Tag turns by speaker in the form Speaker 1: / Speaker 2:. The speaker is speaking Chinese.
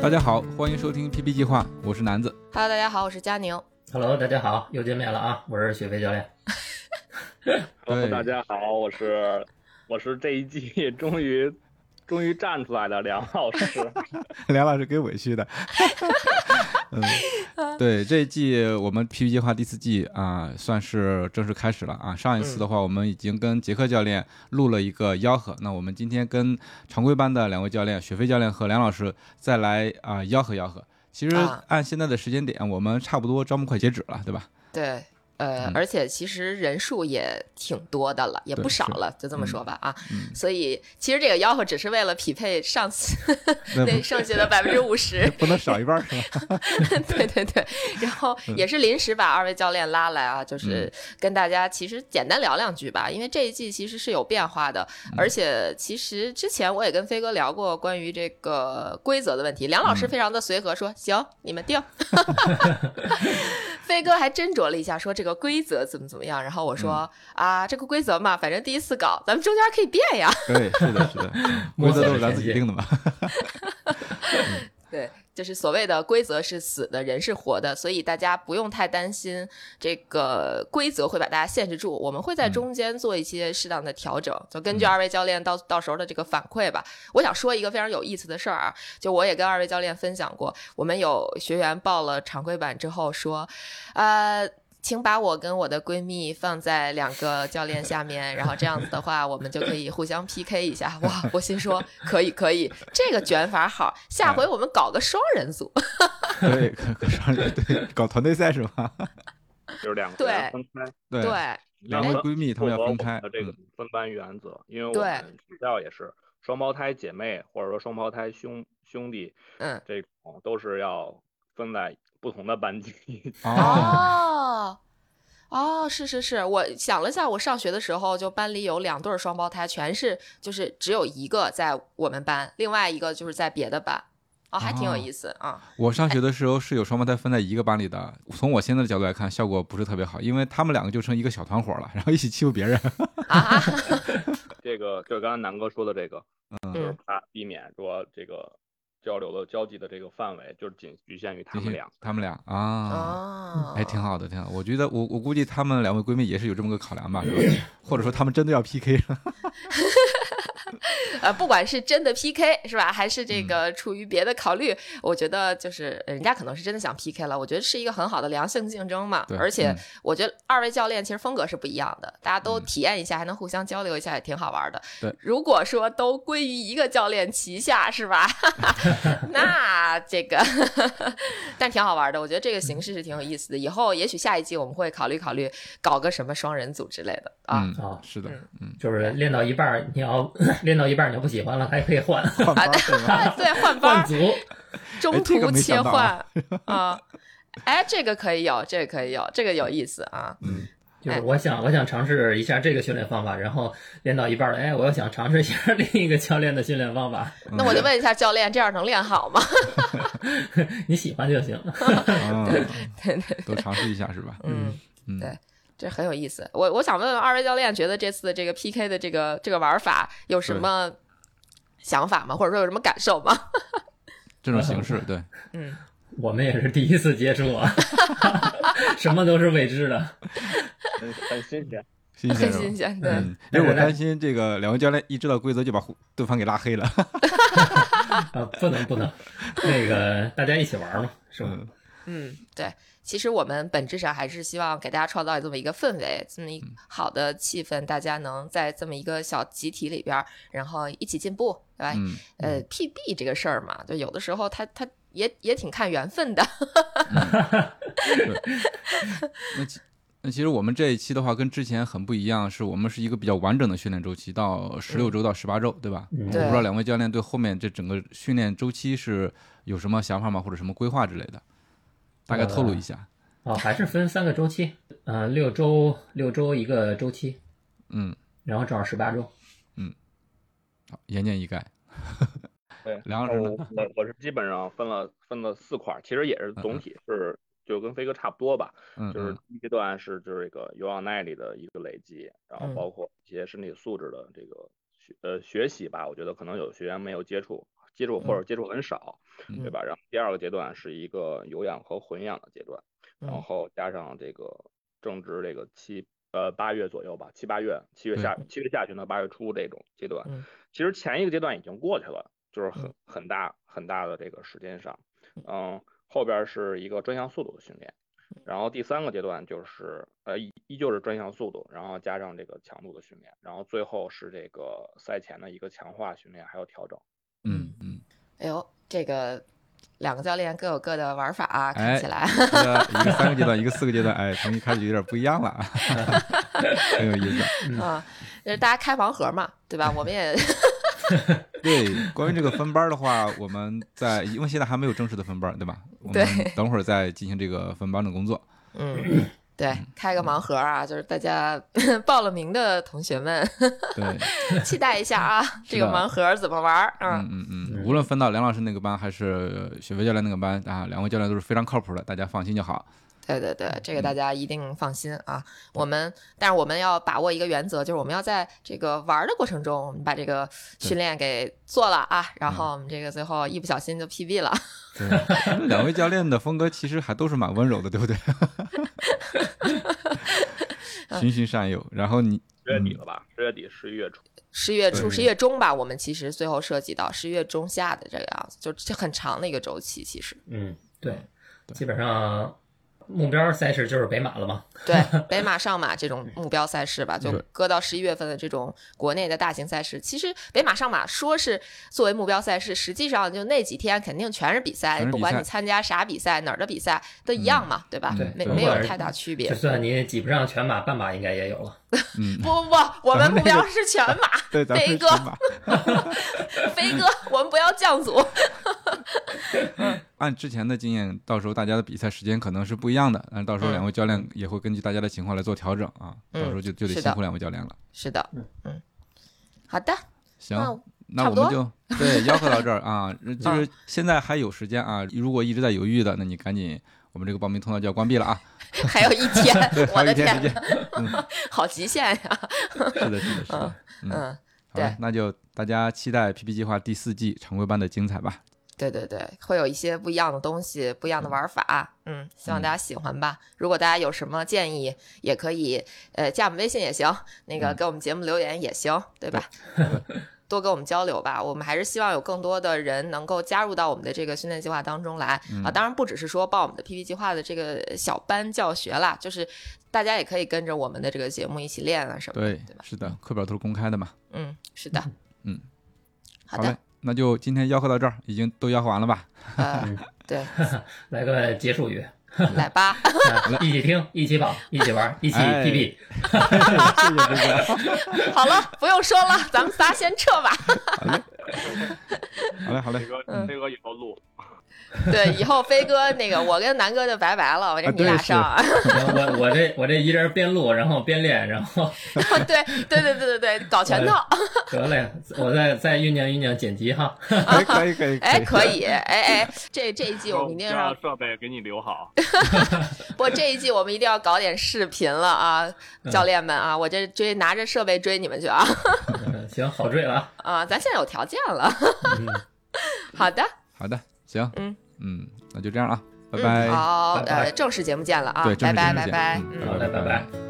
Speaker 1: 大家好，欢迎收听 PP 计划，我是南子。
Speaker 2: Hello，大家好，我是佳宁。
Speaker 3: Hello，大家好，又见面了啊！我是雪飞教练。
Speaker 1: 哎
Speaker 4: 大家好，我是我是这一季 终于终于站出来的梁老师。
Speaker 1: 梁老师给委 屈的。嗯，对，这一季我们 PP 计划第四季啊、算是正式开始了啊。上一次的
Speaker 4: 嗯
Speaker 1: 话，我们已经跟杰克教练录了一个吆喝，那我们今天跟常规班的两位教练，雪飞教练和梁老师再来啊、吆喝吆喝。其实
Speaker 2: 啊
Speaker 1: 按现在的时间点，我们差不多招募快截止了，对吧？
Speaker 2: 对，呃，
Speaker 1: 嗯
Speaker 2: 而且其实人数也挺多的了，也
Speaker 1: 对
Speaker 2: 不少
Speaker 1: 是
Speaker 2: 了，就这么
Speaker 1: 嗯
Speaker 2: 说吧啊。
Speaker 1: 嗯
Speaker 2: 所以其实这个吆喝只是为了匹配上 次
Speaker 1: 那，
Speaker 2: 那剩下的百分之五十
Speaker 1: 不能少一半儿是 吧？
Speaker 2: 对对对。然后也是临时把二位教练拉来啊，就是跟大家其实简单聊两句吧，因为这一季其实是有变化的，而且其实之前我也跟飞哥聊过关于这个规则的问题，梁老师非常的随和说、行，你们定。飞哥还斟酌了一下，说这个规则怎么怎么样，然后我说、啊，这个规则嘛，反正第一次搞，咱们中间可以变呀。
Speaker 1: 对，是的，是的，嗯规
Speaker 3: 摸
Speaker 1: 则
Speaker 3: 索
Speaker 1: 都
Speaker 3: 着
Speaker 1: 是咱
Speaker 3: 前
Speaker 1: 自己定
Speaker 3: 进
Speaker 1: 的嘛。
Speaker 2: 对，就是所谓的规则是死的，人是活的，所以大家不用太担心这个规则会把大家限制住，我们会在中间做一些适当的调整，就根据二位教练到到时候的这个反馈吧。我想说一个非常有意思的事儿啊，就我也跟二位教练分享过，我们有学员报了常规版之后说，呃。请把我跟我的闺蜜放在两个教练下面，然后这样子的话，我们就可以互相 PK 一下。哇，我心说可以可以，这个卷法好，下回我们搞个双人组。
Speaker 1: 对，可可上 对搞团队赛是吧？
Speaker 4: 就是两个人分开，
Speaker 1: 对
Speaker 2: 对，
Speaker 1: 两位闺蜜她们要分开
Speaker 4: 符合我们的这个
Speaker 1: 嗯
Speaker 4: 分班原则，因为我
Speaker 2: 对
Speaker 4: 们学校也是双胞胎姐妹或者说双胞胎兄兄弟
Speaker 2: 嗯，
Speaker 4: 这种都是要分在不同的班级。
Speaker 1: 哦，
Speaker 2: 哦。哦，是是是，我想了下，我上学的时候就班里有两对儿双胞胎，全是就是只有一个在我们班，另外一个就是在别的班，哦，还挺有
Speaker 1: 哦
Speaker 2: 意思啊。
Speaker 1: 我上学的时候是有双胞胎分在一个班里的，从我现在的角度来看，效果不是特别好，因为他们两个就成一个小团伙了，然后一起欺负别人。
Speaker 2: 啊，
Speaker 4: 这个就是刚才南哥说的这个，就是
Speaker 2: 嗯
Speaker 4: 怕避免说这个交流的交际的这个范围，就是仅局限于他们俩。
Speaker 1: 他们俩啊，
Speaker 2: 哦，
Speaker 1: 还挺好的，挺好。我觉得我我估计她们两位闺蜜也是有这么个考量吧，是吧？或者说她们真的要 PK 了。
Speaker 2: 呃，不管是真的 PK 是吧，还是这
Speaker 1: 嗯
Speaker 2: 个出于别的考虑，我觉得就是呃人家可能是真的想 PK 了，我觉得是一个很好的良性竞争嘛
Speaker 1: 对。
Speaker 2: 而且
Speaker 1: 嗯
Speaker 2: 我觉得二位教练其实风格是不一样的，大家都
Speaker 1: 嗯
Speaker 2: 体验一下，还能互相交流一下，也挺好玩的。
Speaker 1: 对
Speaker 2: 如果说都归于一个教练旗下 是吧？那这个， 但挺好玩的，我觉得这个
Speaker 1: 嗯
Speaker 2: 形式是挺有意思的。以后也许下一季我们会考虑考虑搞个什么双人组之类的啊。
Speaker 1: 嗯
Speaker 3: 啊，
Speaker 1: 是的， 嗯，
Speaker 3: 就是练到一半儿，你要 练到一半儿你要不喜欢了，还可以换
Speaker 1: 换班儿对吧？
Speaker 2: 啊对，换班
Speaker 3: 换
Speaker 2: 儿。
Speaker 3: 组。
Speaker 2: 中
Speaker 1: 哎这个
Speaker 2: 途
Speaker 1: 没
Speaker 2: 切
Speaker 1: 想到
Speaker 2: 换
Speaker 1: 啊
Speaker 2: 啊。哎，这个可以有，这个可以有，这个有意思啊！
Speaker 3: 就是我想我想尝试一下这个训练方法，然后练到一半儿了，哎，我又想尝试一下另一个教练的训练方法，
Speaker 1: 嗯
Speaker 2: 那我就问一下教练，这样能练好吗？
Speaker 3: 你喜欢就行。
Speaker 1: 嗯，
Speaker 2: 对对，
Speaker 1: 都尝试一下是吧？
Speaker 2: 嗯，
Speaker 1: 嗯，
Speaker 2: 对这很有意思。我我想问问二位教练，觉得这次这个 PK 的这个这个玩法有什么想法吗？或者说有什么感受吗？
Speaker 1: 这种形式对。
Speaker 2: 嗯，
Speaker 3: 我们也是第一次接触啊， 什么都是未知的。
Speaker 4: 很很新鲜。
Speaker 1: 新鲜
Speaker 2: 很
Speaker 1: 是吧
Speaker 2: 新鲜，对，
Speaker 1: 嗯，因为我担心这个两位教练一知道规则就把互对方给拉黑了。
Speaker 3: 啊，不能不能，那个大家一起玩儿嘛，是吧？
Speaker 1: 嗯
Speaker 2: 嗯，对，其实我们本质上还是希望给大家创造这么一个氛围，这么一
Speaker 1: 嗯
Speaker 2: 好的气氛，大家能在这么一个小集体里边儿，然后一起进步，对吧？
Speaker 1: 嗯，
Speaker 2: 呃，PB 这个事儿嘛，就有的时候他他也也挺看缘分的。
Speaker 1: 那其那其实我们这一期的话，跟之前很不一样，是我们是一个比较完整的训练周期，到十六周到十八周，对吧？
Speaker 3: 嗯
Speaker 1: 我不
Speaker 2: 对
Speaker 1: 知道两位教练对后面这整个训练周期是有什么想法吗，或者什么规划之类的，大概透露一
Speaker 2: 呃
Speaker 1: 下。
Speaker 3: 哦，还是分三个周期，呃，六周六周一个周期，
Speaker 1: 嗯，
Speaker 3: 然后正好十八周。
Speaker 1: 好，言简意赅。
Speaker 4: 对，哦
Speaker 1: 梁老师
Speaker 4: 我我我是基本上分了分了四块儿，其实也是总体是就跟飞哥差不多吧，
Speaker 1: 嗯，
Speaker 4: 就是
Speaker 1: 嗯
Speaker 4: 第一阶段是这个有氧耐力的一个累积，然后
Speaker 2: 嗯
Speaker 4: 包括一些身体素质的这个学呃学习吧，我觉得可能有学员没有接触，接触或者接触很少，
Speaker 1: 嗯
Speaker 4: 对吧？然后第二个阶段是一个有氧和混氧的阶段，然后加上这个正值这个七呃八月左右吧，七八月七月下七月下旬到八月初这种阶段
Speaker 3: 嗯，
Speaker 4: 其实前一个阶段已经过去了，就是很
Speaker 3: 嗯
Speaker 4: 很大很大的这个时间上，嗯，后边是一个专项速度的训练。然后第三个阶段就是，呃，依依旧是专项速度，然后加上这个强度的训练，然后最后是这个赛前的一个强化训练，还有调整。
Speaker 1: 嗯嗯，
Speaker 2: 哎呦，这个两个教练各有各的玩法
Speaker 1: 哎
Speaker 2: 啊，看起来。
Speaker 1: 这个一个三个阶段，一个四个阶段，哎，从一开始有点不一样了， 很有意思。
Speaker 2: 啊，就是大家开盲盒嘛，对吧？我们也
Speaker 1: 对，关于这个分班儿的话，我们在因为现在还没有正式的分班儿，对吧？我们
Speaker 2: 对
Speaker 1: 等会儿再进行这个分班的工作。
Speaker 2: 嗯，对，开个盲盒啊，就是大家 报了名的同学们
Speaker 1: 对，
Speaker 2: 期待一下啊，这个
Speaker 1: 是的
Speaker 2: 盲盒怎么玩儿啊？
Speaker 1: 嗯嗯嗯，无论分到梁老师那个班还是雪飞教练那个班啊，两位教练都是非常靠谱的，大家放心就好。
Speaker 2: 对对对，这个大家一定放心啊。我们，但是我们要把握一个原则，就是我们要在这个玩儿的过程中，我们把这个训练给做了啊，然后我们这个最后一不小心就 PB 了。
Speaker 1: 对，两位教练的风格其实还都是蛮温柔的，对不对？循循善诱，然后你
Speaker 4: 十月底了吧？十月底、十一月初，
Speaker 2: 十月初、
Speaker 1: 对
Speaker 2: 十月中吧，我们其实最后涉及到十月中下的这个样子，就这很长的一个周期，其实。
Speaker 3: 嗯，对，
Speaker 1: 对
Speaker 3: 基本上目标赛事就是北马了嘛。
Speaker 2: 对，北马、上马这种目标赛事吧，就
Speaker 1: 对
Speaker 2: 搁到十一月份的这种国内的大型赛事。其实北马、上马说是作为目标赛事，实际上就那几天肯定全是比赛，
Speaker 1: 全是比赛
Speaker 2: 不管你参加啥比赛、哪儿的比赛都一样嘛，对吧？
Speaker 1: 嗯
Speaker 2: 没
Speaker 3: 对
Speaker 2: 没有
Speaker 3: 不管是
Speaker 2: 太大区别
Speaker 3: 就。算你挤不上全马，半马应该也有了。
Speaker 1: 嗯，
Speaker 2: 不不不，我们目标是全马，
Speaker 1: 对，咱们
Speaker 2: 飞
Speaker 1: 是
Speaker 2: 哥
Speaker 1: 群马
Speaker 2: 飞哥，我们不要降组。
Speaker 1: 按之前的经验，到时候大家的比赛时间可能是不一样的，但是到时候
Speaker 2: 嗯
Speaker 1: 两位教练也会根据大家的情况来做调整啊，
Speaker 2: 嗯
Speaker 1: 到时候就就得
Speaker 2: 是的
Speaker 1: 辛苦两位教练了。
Speaker 2: 是的
Speaker 3: 嗯，
Speaker 2: 嗯，好的，
Speaker 1: 行，
Speaker 2: 那
Speaker 1: 那
Speaker 2: 差
Speaker 1: 我
Speaker 2: 不
Speaker 1: 们
Speaker 2: 多
Speaker 1: 就 对吆喝到这儿啊，
Speaker 2: 嗯
Speaker 1: 就是现在还有时间啊，如果一直在犹豫的，那你赶紧，我们这个报名通道就要关闭了 啊，
Speaker 2: 还有一天
Speaker 1: 对，，
Speaker 2: 我
Speaker 1: 还有
Speaker 2: 的
Speaker 1: 一天时
Speaker 2: 天，
Speaker 1: 间，
Speaker 2: 好极限呀！
Speaker 1: 是的，是的，是的，嗯
Speaker 2: 嗯，
Speaker 1: 好了
Speaker 2: 对，
Speaker 1: 那就大家期待 PP 计划第四季常规班的精彩
Speaker 2: 嗯
Speaker 1: 吧。
Speaker 2: 对对对，会有一些不一样的东西，不一样的玩法，嗯，希望大家喜欢吧。如果大家有什么建议，也可以呃加我们微信也行，那个给我们节目留言也行，对吧？嗯多跟我们交流吧，我们还是希望有更多的人能够加入到我们的这个训练计划当中来、啊。当然，不只是说报我们的 PP 计划的这个小班教学啦，就是大家也可以跟着我们的这个节目一起练啊什么的，
Speaker 1: 对
Speaker 2: 对吧？，
Speaker 1: 是的，课表都是公开的嘛。
Speaker 2: 嗯，是的，
Speaker 1: 嗯，
Speaker 2: 好
Speaker 1: 嘞
Speaker 2: 的，，
Speaker 1: 那就今天吆喝到这儿，已经都吆喝完了 吧？
Speaker 2: 呃，对，
Speaker 3: 来个结束语，
Speaker 2: 来吧。
Speaker 3: 啊一起听，一起跑，一起玩，一起
Speaker 1: 哎
Speaker 3: PB。
Speaker 1: 谢谢飞哥。
Speaker 2: 好了，不用说了， 咱们仨先撤吧。
Speaker 1: 好嘞，好嘞
Speaker 4: 这。个这个以后录，
Speaker 2: 对，以后飞哥那个，我跟南哥就拜拜了，我
Speaker 1: 啊
Speaker 2: 跟你
Speaker 1: 对
Speaker 2: 俩
Speaker 1: 是
Speaker 2: 上。
Speaker 3: 我我我这我这一人边录，然后边练，然后
Speaker 2: 对 对对对对对，搞拳套，
Speaker 3: 得嘞，我再再酝酿酝酿剪辑哈。
Speaker 1: 哎，可以可以，
Speaker 2: 哎，可以，哎 哎，这这一季我们一定要
Speaker 4: 让，设备给你留好。
Speaker 2: 不，这一季我们一定要搞点视频了啊，
Speaker 1: 嗯
Speaker 2: 教练们啊，我这追拿着设备追你们去啊
Speaker 3: 嗯，行，好追了啊。嗯
Speaker 2: 啊，咱现在有条件了。好的，
Speaker 1: 好的，行，
Speaker 2: 嗯
Speaker 1: 嗯，那就这样啊，拜
Speaker 2: 嗯
Speaker 1: 拜，
Speaker 2: 好，
Speaker 3: 拜拜
Speaker 2: 呃，正式节目见了啊
Speaker 1: 对，，正
Speaker 2: 拜
Speaker 1: 式
Speaker 2: 拜
Speaker 1: 节目
Speaker 2: 拜
Speaker 1: 见
Speaker 2: 拜，
Speaker 1: 嗯
Speaker 2: 嗯
Speaker 3: 好嘞，拜拜。